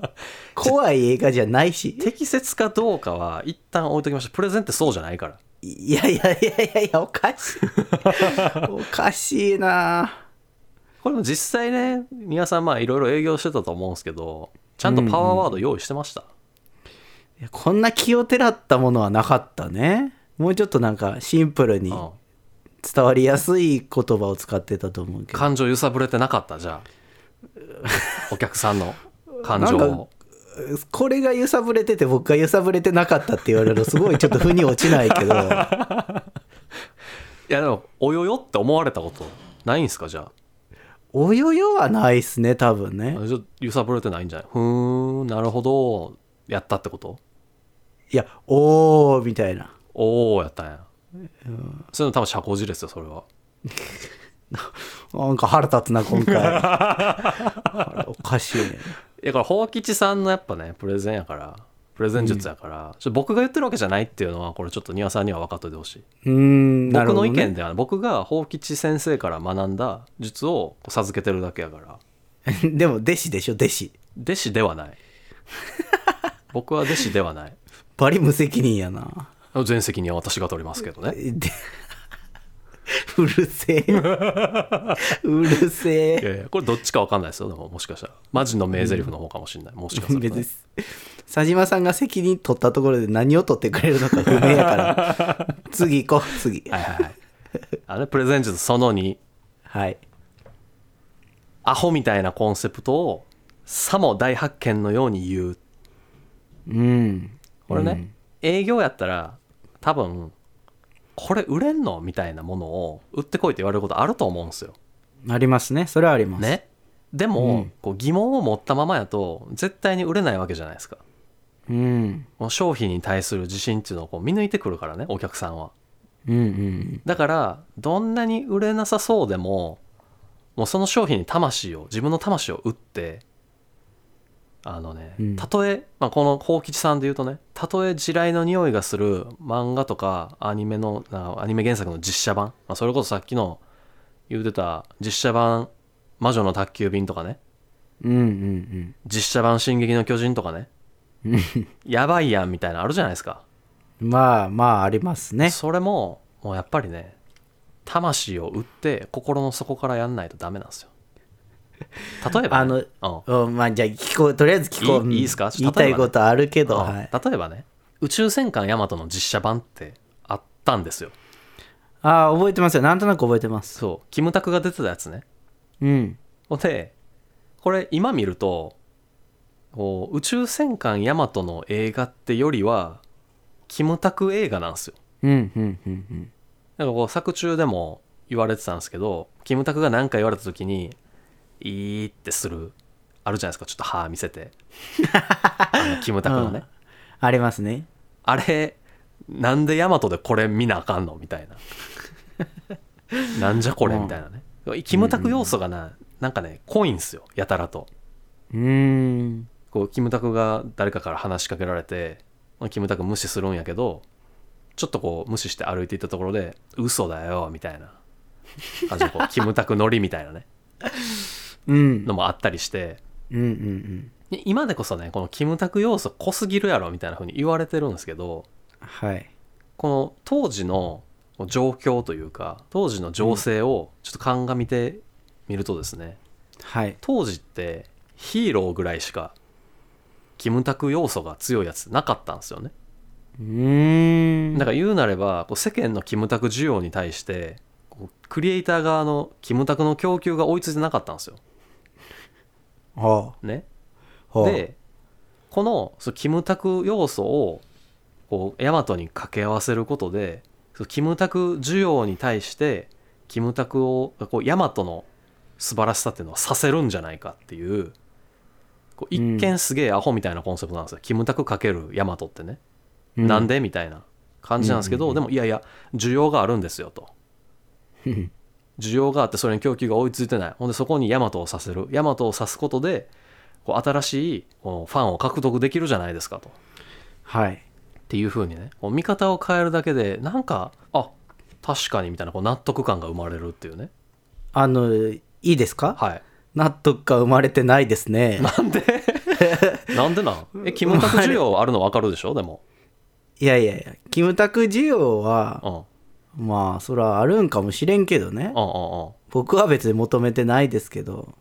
Speaker 2: 怖い映画じゃないし
Speaker 1: 適切かどうかは一旦置いときましょうプレゼンってそうじゃないから
Speaker 2: いやいやいやいやいやおかしいおかしいな
Speaker 1: これも実際ね皆さんまあいろいろ営業してたと思うんですけどちゃんとパワーワード用意してました、
Speaker 2: いやこんな気をてらったものはなかったねもうちょっとなんかシンプルに
Speaker 1: うん
Speaker 2: 伝わりやすい言葉を使ってたと思うけど
Speaker 1: 感情揺さぶれてなかった <laughs> じゃあお客さんの感情
Speaker 2: なん
Speaker 1: を
Speaker 2: かこれが揺さぶれてて僕が揺さぶれてなかったって言われるとすごいちょっと腑に落ちないけど
Speaker 1: <laughs> いやでもおよよって思われたことないんですかじゃ
Speaker 2: およよはないっすね多分ね
Speaker 1: ああじゃあ揺さぶれてないんじゃないふーんなるほどやったってこと
Speaker 2: いやおーみたいな
Speaker 1: おおやったんや、そういうの多分社交辞令ですよそれは
Speaker 2: なんか腹立つな今回 <laughs> あれおかしいね
Speaker 1: いやこれ宝吉さんのやっぱねプレゼンやからプレゼン術やから、ちょっと僕が言ってるわけじゃないっていうのはこれちょっと庭さんには分かっといてほしいう
Speaker 2: ーんなる
Speaker 1: 僕
Speaker 2: ほど
Speaker 1: の
Speaker 2: ね
Speaker 1: 意見ではない僕が宝吉先生から学んだ術を授けてるだけやから
Speaker 2: <laughs> でも弟子でしょ弟子
Speaker 1: 弟子では
Speaker 2: <laughs>
Speaker 1: ない僕は弟子ではない
Speaker 2: バリ無責任やな
Speaker 1: 全責任は私が取りますけどね
Speaker 2: で <laughs> うるせえうるせ
Speaker 1: い
Speaker 2: え
Speaker 1: やいやこれどっちか分かんないですよでももしかしたらマジの名台詞の方かもしれないもしかする
Speaker 2: 別
Speaker 1: と、
Speaker 2: <laughs> に
Speaker 1: ね、
Speaker 2: 佐島さんが責任取ったところで何を取ってくれるのか不明やから
Speaker 1: <laughs>
Speaker 2: 次行こう次
Speaker 1: はいはいはいあれプレゼン術その2
Speaker 2: はい
Speaker 1: アホみたいなコンセプトをさも大発見のように言う
Speaker 2: うん
Speaker 1: これね、営業やったら多分これ売れんのみたいなものを売ってこいって言われることあると思うんですよ。
Speaker 2: ありますねそれはあります
Speaker 1: ね、でも、こう疑問を持ったままやと絶対に売れないわけじゃないですか。
Speaker 2: うん
Speaker 1: もう商品に対する自信っていうのをこう見抜いてくるからねお客さんは。
Speaker 2: うんうん
Speaker 1: だからどんなに売れなさそうでももうその商品に魂を自分の魂を打ってあのね
Speaker 2: うん
Speaker 1: たとえ、まあ、この幸吉さんで言うとねたとえ地雷の匂いがする漫画とかアニメのあアニメ原作の実写版、まあ、それこそさっきの言うてた実写版「魔女の宅急便」とかね
Speaker 2: うんうん
Speaker 1: 実写版「進撃の巨人」とかね
Speaker 2: うん
Speaker 1: やばいやんみたいなのあるじゃないですか
Speaker 2: まあまあありますね
Speaker 1: それももうやっぱりね魂を売って心の底からやんないとダメなんです
Speaker 2: <laughs>
Speaker 1: よ例えば、
Speaker 2: あの
Speaker 1: うん
Speaker 2: おまあじゃあ聞こうとりあえず聞こう
Speaker 1: いい
Speaker 2: い
Speaker 1: いいですかち
Speaker 2: 言
Speaker 1: ょっ
Speaker 2: い
Speaker 1: と例
Speaker 2: た
Speaker 1: えばね
Speaker 2: いことあるけど、
Speaker 1: うん
Speaker 2: はい、
Speaker 1: 例えばね「宇宙戦艦ヤマト」の実写版ってあったんですよ
Speaker 2: ああ覚えてますよなんとなく覚えてます
Speaker 1: そうキムタクが出てたやつね
Speaker 2: うん
Speaker 1: ほんでこれ今見るとこう宇宙戦艦ヤマトの映画ってよりはキムタク映画なんですよ
Speaker 2: うんうんうんうん
Speaker 1: なんかこう作中でも言われてたんですけどキムタクが何か言われた時に「いい」ってするあるじゃないですかちょっと歯見せ
Speaker 2: <laughs>
Speaker 1: てあのキムタクのね、
Speaker 2: うんありますね
Speaker 1: あれなんでヤマトでこれ見なあかんのみたいな
Speaker 2: <laughs>
Speaker 1: なんじゃこれ
Speaker 2: うん
Speaker 1: みたいなねキムタク要素がななんかね濃いんですよやたらと
Speaker 2: うーん
Speaker 1: こうキムタクが誰かから話しかけられてまあキムタク無視するんやけどちょっとこう無視して歩いていったところで「嘘だよ」みたいな感じでこうキムタク乗りみたいなね
Speaker 2: うんうん
Speaker 1: のもあったりして
Speaker 2: うんうん
Speaker 1: で今でこそねこのキムタク要素濃すぎるやろみたいな風に言われてるんですけど
Speaker 2: はい
Speaker 1: この当時の状況というか当時の情勢をちょっと鑑みてみるとですね、
Speaker 2: はい
Speaker 1: 当時ってヒーローぐらいしかキムタク要素が強いやつなかったんですよね
Speaker 2: うーん
Speaker 1: だから言うなればこう世間のキムタク需要に対してこうクリエイター側のキムタクの供給が追いついてなかったんですよ。
Speaker 2: ほう
Speaker 1: ね、
Speaker 2: ほう
Speaker 1: でこのそのキムタク要素をこうヤマトに掛け合わせることでそのキムタク需要に対してキムタクをこうヤマトの素晴らしさっていうのはさせるんじゃないかっていうこう一見すげえアホみたいなコンセプトなんですよ、キムタク×ヤマトってね。
Speaker 2: う
Speaker 1: なんでみたいな感じなんですけど、
Speaker 2: うんうん
Speaker 1: でもいやいや需要があるんですよと
Speaker 2: うん
Speaker 1: 需要があってそれに供給が追いついてないほんでそこにヤマトをさせるヤマトをさすことでこう新しいこうファンを獲得できるじゃないですかとっ
Speaker 2: <laughs> はい
Speaker 1: ていう風にねこう見方を変えるだけでなんかあ確かにみたいなこう納得感が生まれるっていうね
Speaker 2: あのいいですか
Speaker 1: はい <laughs>
Speaker 2: 納得が生まれてないですね
Speaker 1: なんで <laughs> なんでなんえキムタク需要あるの分かるでしょでも
Speaker 2: いやいやいやキムタク需要は
Speaker 1: うんうん
Speaker 2: まあそらあるんかもしれんけどね
Speaker 1: う
Speaker 2: 僕は別に求めてないですけど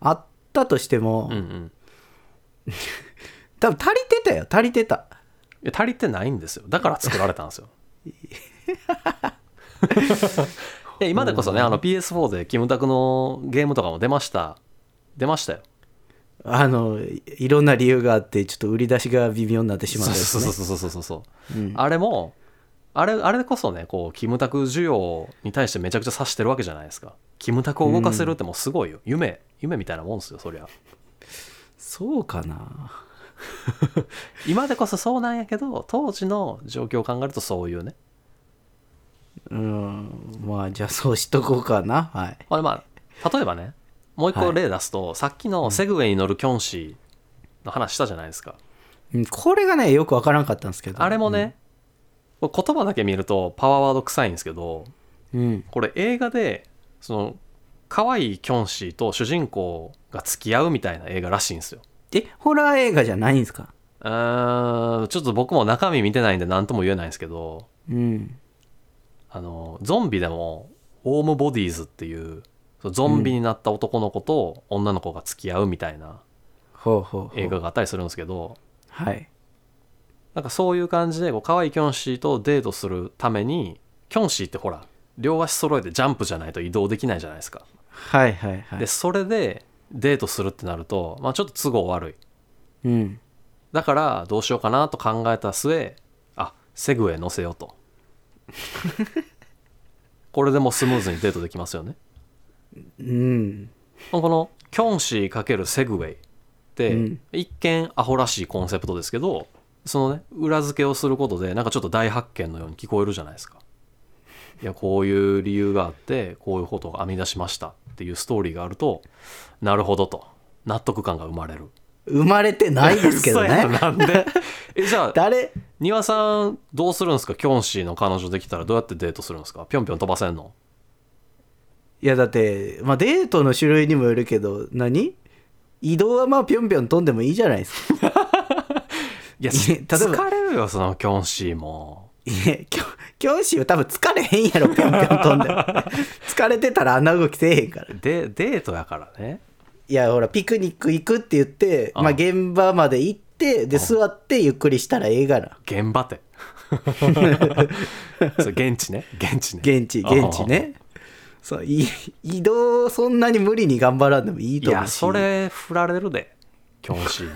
Speaker 2: あったとして
Speaker 1: ん
Speaker 2: も、
Speaker 1: うんうんうん
Speaker 2: 多分足りてたよ足りてた
Speaker 1: いや足りてないんですよだから作られたんです
Speaker 2: <laughs>
Speaker 1: よいや今でこそねあの PS4 でキムタクのゲームとかも出ました出ましたよ
Speaker 2: あのいいろんな理由があってちょっと売り出しが微妙になってしま
Speaker 1: そ
Speaker 2: うん
Speaker 1: う
Speaker 2: です
Speaker 1: そう
Speaker 2: ね
Speaker 1: そうそうそうそうそう、
Speaker 2: うん
Speaker 1: あれもあれあれこそねこうキムタク需要に対してめちゃくちゃ指してるわけじゃないですかキムタクを動かせるってもうすごいよ、夢夢みたいなもんですよそりゃ
Speaker 2: そうかな
Speaker 1: 今でこそそうなんやけど当時の状況を考えるとそういうね
Speaker 2: うんまあじゃあそうしとこうかなはい
Speaker 1: これまあ例えばねもう一
Speaker 2: は
Speaker 1: 個
Speaker 2: い
Speaker 1: 例出すと、さっきのセグウェイに乗るキョンシーの話したじゃないですか
Speaker 2: うんこれがねよくわからんかったんですけど
Speaker 1: あれもね、これ言葉だけ見るとパワーワード臭いんですけど
Speaker 2: うん
Speaker 1: これ映画でその可愛いキョンシーと主人公が付き合うみたいな映画らしいんですよ
Speaker 2: えホラー映画じゃないんですか
Speaker 1: うーんちょっと僕も中身見てないんで何とも言えないんですけど
Speaker 2: うん
Speaker 1: あのゾンビでもオームボディーズっていうそのゾンビになった男の子と女の子が付き合うみたいな
Speaker 2: ほうほうほう
Speaker 1: 映画があったりするんですけど、
Speaker 2: はい
Speaker 1: なんかそういう感じでこう可愛いキョンシーとデートするためにキョンシーってほら両足揃えてジャンプじゃないと移動できないじゃないですか、
Speaker 2: はいはいはい
Speaker 1: でそれでデートするってなると、まあ、ちょっと都合悪い
Speaker 2: うん
Speaker 1: だからどうしようかなと考えた末あセグウェイ乗せよう
Speaker 2: <laughs>
Speaker 1: とこれでもうスムーズにデートできますよね
Speaker 2: うん
Speaker 1: このキョンシー×セグウェイって、
Speaker 2: うん
Speaker 1: 一見アホらしいコンセプトですけどそのね裏付けをすることでなんかちょっと大発見のように聞こえるじゃないですかいやこういう理由があってこういうことを編み出しましたっていうストーリーがあるとなるほどと納得感が生まれる
Speaker 2: 生まれてないですけど
Speaker 1: <laughs> 嘘や
Speaker 2: ね
Speaker 1: んなん
Speaker 2: <laughs>
Speaker 1: でえじゃあ
Speaker 2: 誰
Speaker 1: 丹羽さんどうするんですかキョンシーの彼女できたらどうやってデートするんですかぴょんぴょん飛ばせんの
Speaker 2: いやだって、まあ、デートの種類にもよるけど何移動はまあぴょんぴょん飛んでもいいじゃないですか
Speaker 1: いや
Speaker 2: 例えば
Speaker 1: 疲れるよそのキョンシーも
Speaker 2: いや教教師は多分疲れへんやろぴょんぴょん
Speaker 1: <laughs>
Speaker 2: 飛んでも疲れてたらあんな動きせえへんから
Speaker 1: でデートやからね
Speaker 2: いやほらピクニック行くって言って
Speaker 1: あ
Speaker 2: まあ、現場まで行ってで座ってゆっくりしたらええがな
Speaker 1: 現場
Speaker 2: <laughs>
Speaker 1: ってそう現地ね現地ね
Speaker 2: 現地現地ねそうい移動そんなに無理に頑張らんでもいい
Speaker 1: い
Speaker 2: と思う
Speaker 1: や
Speaker 2: し
Speaker 1: それ振られるで教師に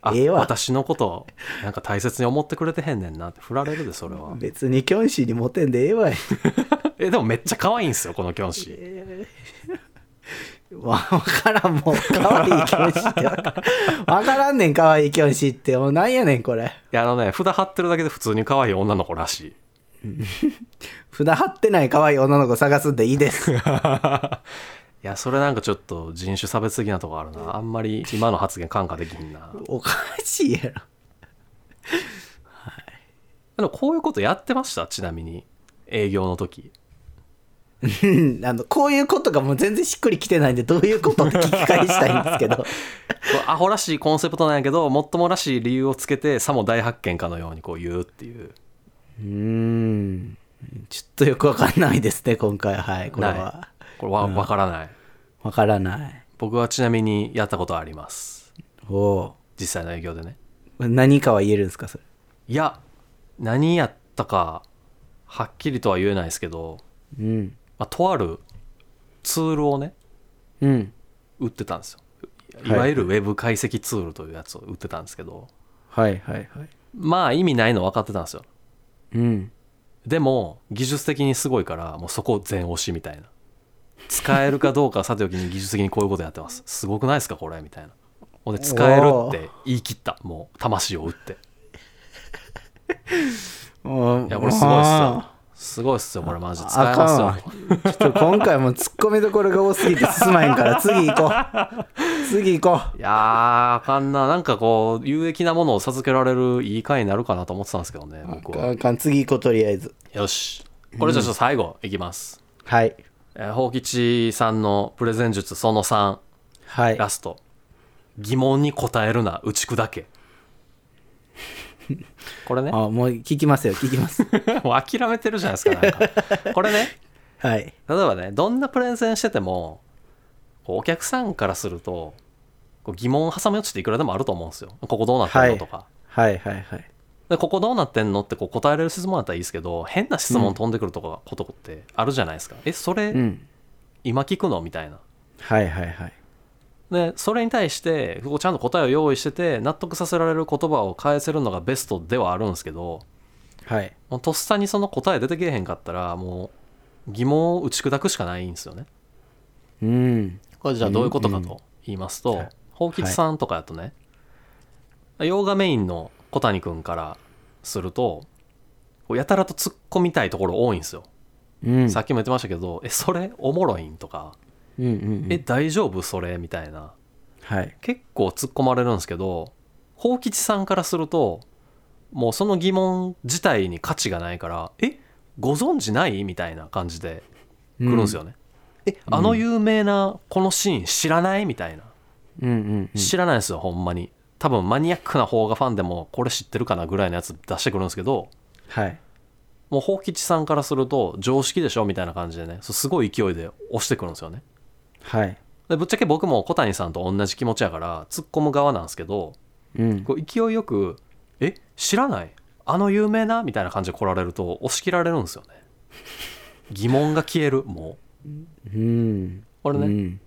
Speaker 1: あ、
Speaker 2: <laughs> ええわ
Speaker 1: 私のことなんか大切に思ってくれてへんねんなって振られるでそれ
Speaker 2: <laughs>
Speaker 1: は
Speaker 2: 別にキョンシーにモテんでええわい <laughs>
Speaker 1: えでもめっちゃ可愛いんですよこの教師
Speaker 2: わ分からんもう可愛いキョンシーって分からん分からんねん可愛いキョンシーってもうなんやねんこれ
Speaker 1: いやあのね札貼ってるだけで普通に可愛い女の子らしい
Speaker 2: 札張ってない可愛い女の子探すんでいいです
Speaker 1: いやそれなんかちょっと人種差別的なとこあるなあんまり今の発言感化できひんな
Speaker 2: おかしいやろ <laughs>
Speaker 1: でもこういうことやってましたちなみに営業の時
Speaker 2: うんあのこういうことがもう全然しっくりきてないんでどういうことって聞き返したいんですけ <laughs> ど
Speaker 1: こうアホらしいコンセプトなんやけどもっともらしい理由をつけてさも大発見かのようにこう言うっていう
Speaker 2: うーんちょっとよくわかんないですね今回はいこれ
Speaker 1: な
Speaker 2: は
Speaker 1: これわ分からない
Speaker 2: わからない
Speaker 1: 僕はちなみにやったことあります
Speaker 2: おお
Speaker 1: 実際の営業でね
Speaker 2: う何かは言えるんですかそれ
Speaker 1: いや何やったかはっきりとは言えないですけど、
Speaker 2: うん
Speaker 1: まあ、とあるツールをね
Speaker 2: うん
Speaker 1: 売ってたんですよい
Speaker 2: はい
Speaker 1: わゆるウェブ解析ツールというやつを売ってたんですけど
Speaker 2: はいはいはい
Speaker 1: まあ意味ないの分かってたんですよ
Speaker 2: うん
Speaker 1: でも技術的にすごいからもうそこ全押しみたいな使えるかどうかはさておきに技術的にこういうことやってますすごくないですかこれみたいなほんで使えるって言い切ったもう魂を打って
Speaker 2: お
Speaker 1: いやこれすごいっすよすごいっすよこれマジで使えますよ
Speaker 2: ちょっと今回もツッコミどころが多すぎて進まへんから次行こう次行こ <laughs>
Speaker 1: いやーあかんななんかこう有益なものを授けられるいい回になるかなと思ってたんですけどね
Speaker 2: うあ
Speaker 1: 僕
Speaker 2: かん
Speaker 1: は
Speaker 2: あかん次行こうとりあえず
Speaker 1: よしこれじゃあちょっと最後いきます、
Speaker 2: はい
Speaker 1: えーほうきちさんのプレゼン術その3
Speaker 2: はい
Speaker 1: ラスト疑問に答えるな打ち砕け <laughs> これね <laughs> も
Speaker 2: あもう聞きますよ聞きま
Speaker 1: <laughs>
Speaker 2: す
Speaker 1: う諦めてるじゃないですかなん <laughs> かこれね
Speaker 2: はい
Speaker 1: 例えばねどんなプレゼンしててもこうお客さんからするとこう疑問を挟み落ちていくらでもあると思うんですよここどうなってんのとか、
Speaker 2: はいはいはい
Speaker 1: でここどうなってんのってこう答えられる質問だったらいいですけど変な質問飛んでくるとかことってあるじゃないですか、えそれ、
Speaker 2: うん
Speaker 1: 今聞くのみたいな
Speaker 2: はいはいはい
Speaker 1: でそれに対してこうちゃんと答えを用意してて納得させられる言葉を返せるのがベストではあるんですけど
Speaker 2: はい
Speaker 1: もうとっさにその答え出てけえへんかったらもう疑問を打ち砕くしかないんですよね
Speaker 2: うん
Speaker 1: これじゃあどういうことかと言います
Speaker 2: うん
Speaker 1: と
Speaker 2: はい
Speaker 1: ほうきちさんとかやとね洋画メインの小谷君からするとこうやたらと突っ込みたいところ多いんですよ
Speaker 2: うん
Speaker 1: さっきも言ってましたけど「えそれおもろいん?」とか
Speaker 2: うんうん
Speaker 1: 「
Speaker 2: うん
Speaker 1: え大丈夫それ?」みたいな
Speaker 2: はい
Speaker 1: 結構突っ込まれるんですけど宝吉さんからするともうその疑問自体に価値がないから「えご存知ない?」みたいな感じで
Speaker 2: 来
Speaker 1: 来るんですよね。えあの有名なこのシーン知らないみたいな
Speaker 2: うんうんうん
Speaker 1: 知らないんですよほんまに多分マニアックな方がファンでもこれ知ってるかなぐらいのやつ出してくるんですけど
Speaker 2: はい
Speaker 1: もう宝吉さんからすると常識でしょみたいな感じでねそうすごい勢いで押してくるんですよね。
Speaker 2: はい
Speaker 1: でぶっちゃけ僕も小谷さんと同じ気持ちやから突っ込む側なんですけど
Speaker 2: うん
Speaker 1: こう勢いよく「え知らないあの有名な?」みたいな感じで来られると押し切られるんですよね疑問が消えるも
Speaker 2: うん
Speaker 1: うこれね、
Speaker 2: う
Speaker 1: 例
Speaker 2: ん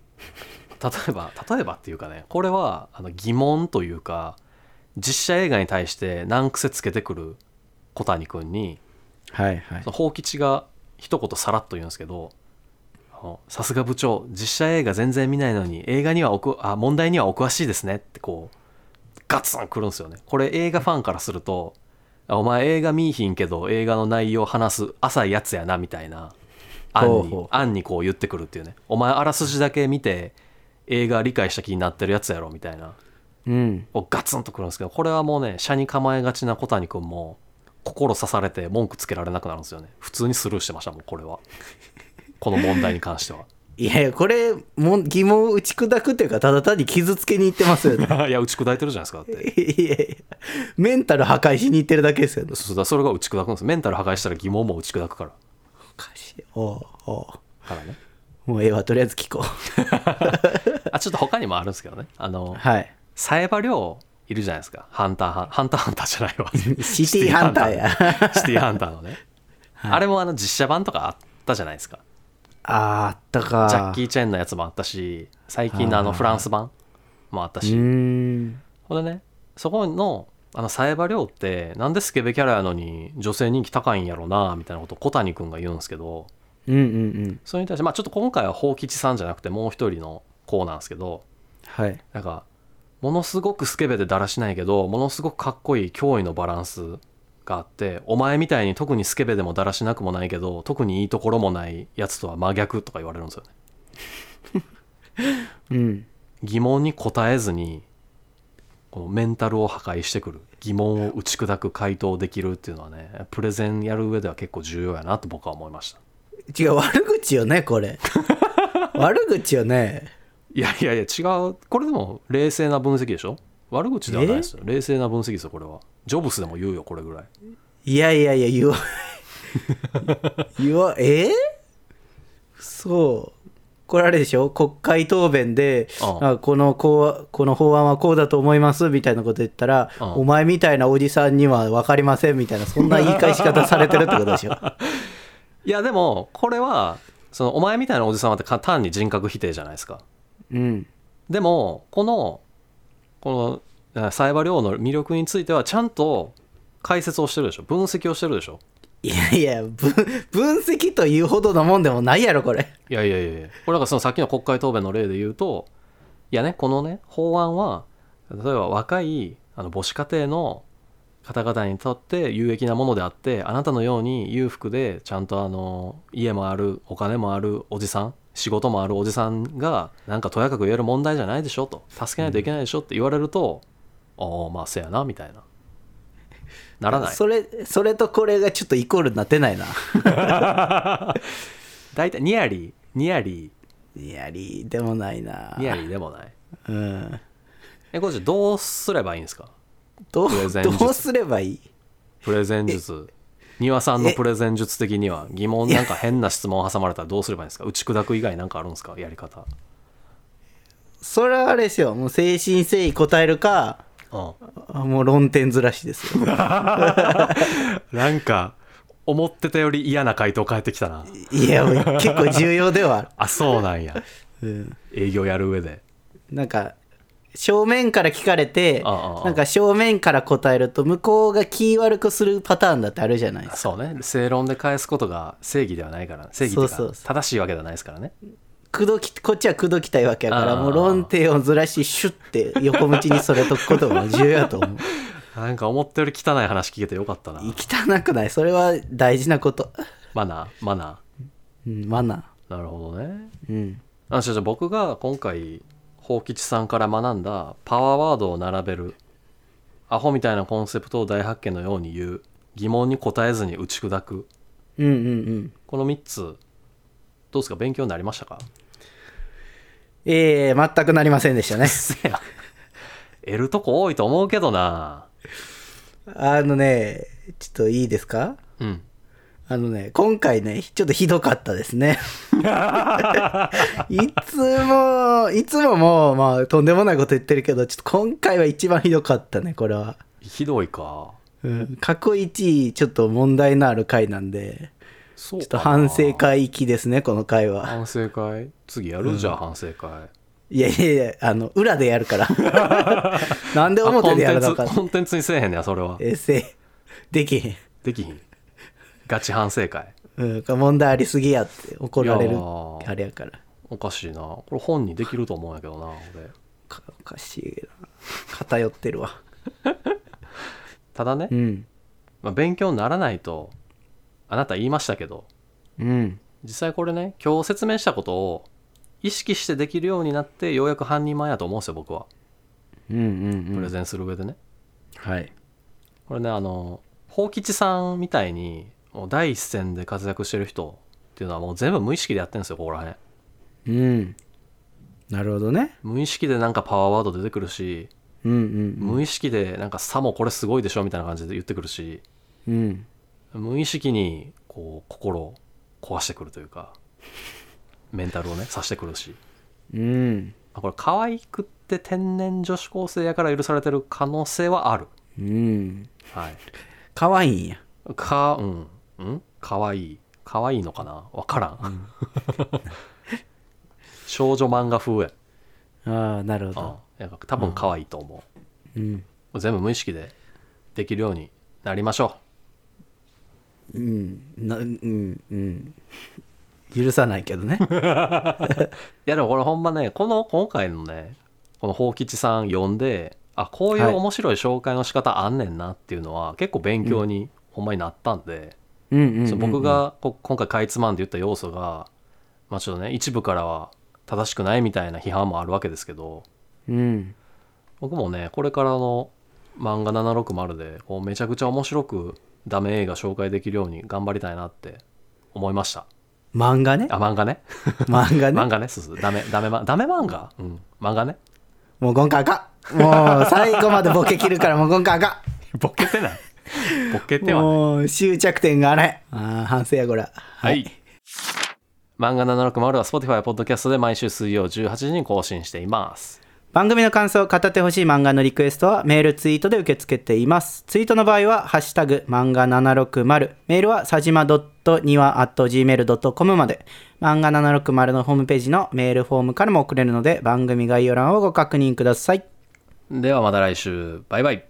Speaker 1: えば例えばっていうかねこれはあの疑問というか実写映画に対して難癖つけてくる小谷君に
Speaker 2: はいはい
Speaker 1: その宝吉が一言さらっと言うんですけど「あのさすが部長実写映画全然見ないのに映画にはおくあ問題にはお詳しいですね」ってこうガツンくるんですよねこれ映画ファンからすると「あお前映画見いひんけど映画の内容話す浅いやつやな」みたいな案に
Speaker 2: ほうほう
Speaker 1: 案にこう言ってくるっていうね「お前あらすじだけ見て映画理解した気になってるやつやろ」みたいな
Speaker 2: うん
Speaker 1: こうガツンとくるんですけどこれはもうね車に構えがちな小谷君も心刺されて文句つけられなくなるんですよね普通にスルーしてましたもんこれはこの問題に関しては
Speaker 2: いやいやこれも疑問を打ち砕くというかただ単に傷つけに行ってますよ
Speaker 1: <laughs>
Speaker 2: ね
Speaker 1: いや打ち砕いてるじゃないですかだって
Speaker 2: いやいやメンタル破壊しに行ってるだけですよね
Speaker 1: そうだそれが打ち砕くんですメンタル破壊したら疑問も打ち砕くから
Speaker 2: おかしいおうお
Speaker 1: からね
Speaker 2: うもうええわとりあえず聞こう
Speaker 1: <laughs> あちょっと他にもあるんですけどねあの
Speaker 2: はい
Speaker 1: サエバ亮いるじゃないですかハンターハンハンターハンターじゃないわ
Speaker 2: <laughs> シティハンターや
Speaker 1: シティハンターのね、あれもあの実写版とかあったじゃないですか
Speaker 2: あーあったか
Speaker 1: ジャッキー・チェンのやつもあったし最近のあのフランス版もあった
Speaker 2: う
Speaker 1: し
Speaker 2: ーん
Speaker 1: ほんでねそこのあの冴羽りょうってなんでスケベキャラやのに女性人気高いんやろなみたいなことを小谷君が言うんですけど
Speaker 2: うんうんうん
Speaker 1: それに対してまあちょっと今回は宝吉さんじゃなくてもう一人の子なんですけど
Speaker 2: はい
Speaker 1: なんかものすごくスケベでだらしないけどものすごくかっこいい脅威のバランスがあってお前みたいに特にスケベでもだらしなくもないけど特にいいところもないやつとは真逆とか言われるんですよね
Speaker 2: うん
Speaker 1: 疑問に答えずにこのメンタルを破壊してくる疑問を打ち砕く回答できるっていうのはねプレゼンやる上では結構重要やなと僕は思いました
Speaker 2: 違う悪口よ
Speaker 1: <laughs>
Speaker 2: ねこれ悪口よね
Speaker 1: いやいやいや違うこれでも冷静な分析でしょ悪口ではないですよ冷静な分析ですよこれはジョブスでも言うよこれぐらい
Speaker 2: いやいやいや言わ言わえー、そうこれあれでしょ国会答弁で
Speaker 1: ああ
Speaker 2: あこのこうこの法案はこうだと思いますみたいなこと言ったら
Speaker 1: ああ
Speaker 2: お前みたいなおじさんには分かりませんみたいなそんな言い返し方されてるってことで
Speaker 1: <laughs>
Speaker 2: しょ
Speaker 1: いやでもこれはそのお前みたいなおじさんはってか単に人格否定じゃないですか
Speaker 2: うん
Speaker 1: でもこのこのサイバー量の魅力についてはちゃんと解説をしてるでしょ分析をしてるでしょ
Speaker 2: いやいやぶ分析というほどのもんでもないやろこれ
Speaker 1: いやいやいやいやこれだからそのさっきの国会答弁の例で言うといやねこのね法案は例えば若いあの母子家庭の方々にとって有益なものであってあなたのように裕福でちゃんとあの家もあるお金もあるおじさん仕事もあるおじさんがなんかとやかく言える問題じゃないでしょと助けないといけないでしょって言われると、ああまあせやなみたいなならない
Speaker 2: それそれとこれがちょっとイコールになってないな
Speaker 1: 大体ニアリーニアリ
Speaker 2: いやりでもないな
Speaker 1: ーニアリーでもない
Speaker 2: うん
Speaker 1: えこれじゃあどうすればいいんですか
Speaker 2: どう
Speaker 1: プレゼン術
Speaker 2: どうすればいい
Speaker 1: プレゼン術丹羽さんのプレゼン術的には疑問なんか変な質問を挟まれたらどうすればいいんですか打ち砕く以外なんかあるんですかやり方
Speaker 2: それはあれですよもう誠心誠意答えるか
Speaker 1: うん
Speaker 2: あもう論点ずらしで
Speaker 1: <laughs>
Speaker 2: すよ
Speaker 1: なんか思ってたより嫌な回答返ってきたない
Speaker 2: やもう結構重要ではある
Speaker 1: あそうなんや、営業やる上で
Speaker 2: なんか正面から聞かれて
Speaker 1: ああああ
Speaker 2: なんか正面から答えると向こうが気悪くするパターンだってあるじゃないですか
Speaker 1: そうね正論で返すことが正義ではないから正義っていうか
Speaker 2: そうそうそ
Speaker 1: 正しいわけではないですからね
Speaker 2: 口説きこっちは口説きたいわけやか
Speaker 1: ああ
Speaker 2: らもう論点をずらしシュッて横道にそれとくことも重要やと思う
Speaker 1: なんか思ったより汚い話聞けてよかったな
Speaker 2: 汚くないそれは大事なこと、
Speaker 1: マナーマナ
Speaker 2: うん、マナ
Speaker 1: ーなるほどね
Speaker 2: ーうん
Speaker 1: あじゃあじゃあ僕が今回宝吉さんから学んだパワーワードを並べるアホみたいなコンセプトを大発見のように言う疑問に答えずに打ち砕く
Speaker 2: うんうんうん
Speaker 1: この3つどうですか勉強になりましたか
Speaker 2: ええ全くなりませんでしたね
Speaker 1: せや得るとこ多いと思うけどな
Speaker 2: あのね、ちょっといいですか
Speaker 1: うん
Speaker 2: あのね、今回ね、ちょっとひどかったですね。いつも、いつももう、まあ、とんでもないこと言ってるけど、ちょっと今回は一番ひどかったね、これは。
Speaker 1: ひどいか
Speaker 2: うん、過去一位、ちょっと問題のある回なんで、
Speaker 1: そう
Speaker 2: ちょ
Speaker 1: かな
Speaker 2: っと反省会行きですね、この回は。
Speaker 1: 反省会次やる、じゃあ反省会
Speaker 2: いやいやいや、あの、裏でやるから。なんで
Speaker 1: あコ
Speaker 2: 表
Speaker 1: ン
Speaker 2: でや
Speaker 1: テン
Speaker 2: ら
Speaker 1: ツ
Speaker 2: なかった
Speaker 1: コンテンツにせえへんねやそれは
Speaker 2: え、せ、できへん。
Speaker 1: できひんガチ反省会
Speaker 2: うん、問題ありすぎやって怒られ
Speaker 1: い
Speaker 2: る
Speaker 1: やー
Speaker 2: あれやから
Speaker 1: おかしいなこれ本にできると思うんやけどな俺
Speaker 2: かおかしいな偏ってるわ
Speaker 1: ただね、
Speaker 2: うん
Speaker 1: まあ、勉強にならないとあなた言いましたけど
Speaker 2: うん
Speaker 1: 実際これね今日説明したことを意識してできるようになってようやく半人前やと思うんですよ僕は
Speaker 2: うんうん
Speaker 1: プレゼンする上でね、
Speaker 2: はい
Speaker 1: これねあの宝吉さんみたいにもう第一線で活躍してる人っていうのはもう全部無意識でやってるんですよここら辺
Speaker 2: うんなるほどね
Speaker 1: 無意識でなんかパワーワード出てくるし、
Speaker 2: うんうん
Speaker 1: 無意識でなんかさもこれすごいでしょみたいな感じで言ってくるし
Speaker 2: うんうん
Speaker 1: 無意識にこう心を壊してくるというかメンタルをねさしてくるし
Speaker 2: うん
Speaker 1: あこれ可愛くって天然女子高生やから許されてる可能性はある
Speaker 2: うん
Speaker 1: はい
Speaker 2: かわいいんや
Speaker 1: かうんうん可愛い可愛いのかな分からん、 <laughs> 少女漫画風や
Speaker 2: ああなるほど
Speaker 1: うんなんか多分可愛いと思う、
Speaker 2: うん
Speaker 1: 全部無意識でできるようになりましょ
Speaker 2: うんなうんうん許さないけどね
Speaker 1: ういやでもこれほんまねこの今回のねこの宝吉さん読んであこういう
Speaker 2: はい
Speaker 1: 面白い紹介の仕方あんねんなっていうのは結構勉強にほんまになったんで、
Speaker 2: <laughs> うんうんうんうん
Speaker 1: そう僕がこ今回かいつまんで言った要素がまあちょっとね一部からは正しくないみたいな批判もあるわけですけど
Speaker 2: うん
Speaker 1: 僕もねこれからの漫画760でこうめちゃくちゃ面白くダメ映画紹介できるように頑張りたいなって思いました
Speaker 2: 漫画ね
Speaker 1: あ漫画ね
Speaker 2: <laughs> 漫画
Speaker 1: 漫
Speaker 2: ね
Speaker 1: 画ねそうそうダメダメまダメ漫画うん漫画ね
Speaker 2: もう今回あかんもう最後までボケ切るからもう今回あ
Speaker 1: <laughs>
Speaker 2: か
Speaker 1: ボケてないボケ
Speaker 2: ん
Speaker 1: てはない
Speaker 2: もう終着点があれあー反省やこれは
Speaker 1: はい漫画760は Spotify や Podcast で毎週水曜18時に更新しています
Speaker 2: 番組の感想を語ってほしい漫画のリクエストはメールツイートで受け付けていますツイートの場合は「ハッシュタグ漫画760」メールはさじま .niwa.gmail.com まで漫画760のホームページのメールフォームからも送れるので番組概要欄をご確認ください
Speaker 1: ではまた来週バイバイ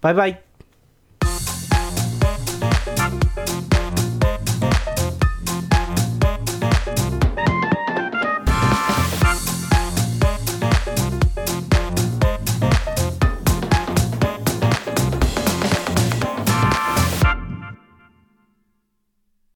Speaker 2: バイバイ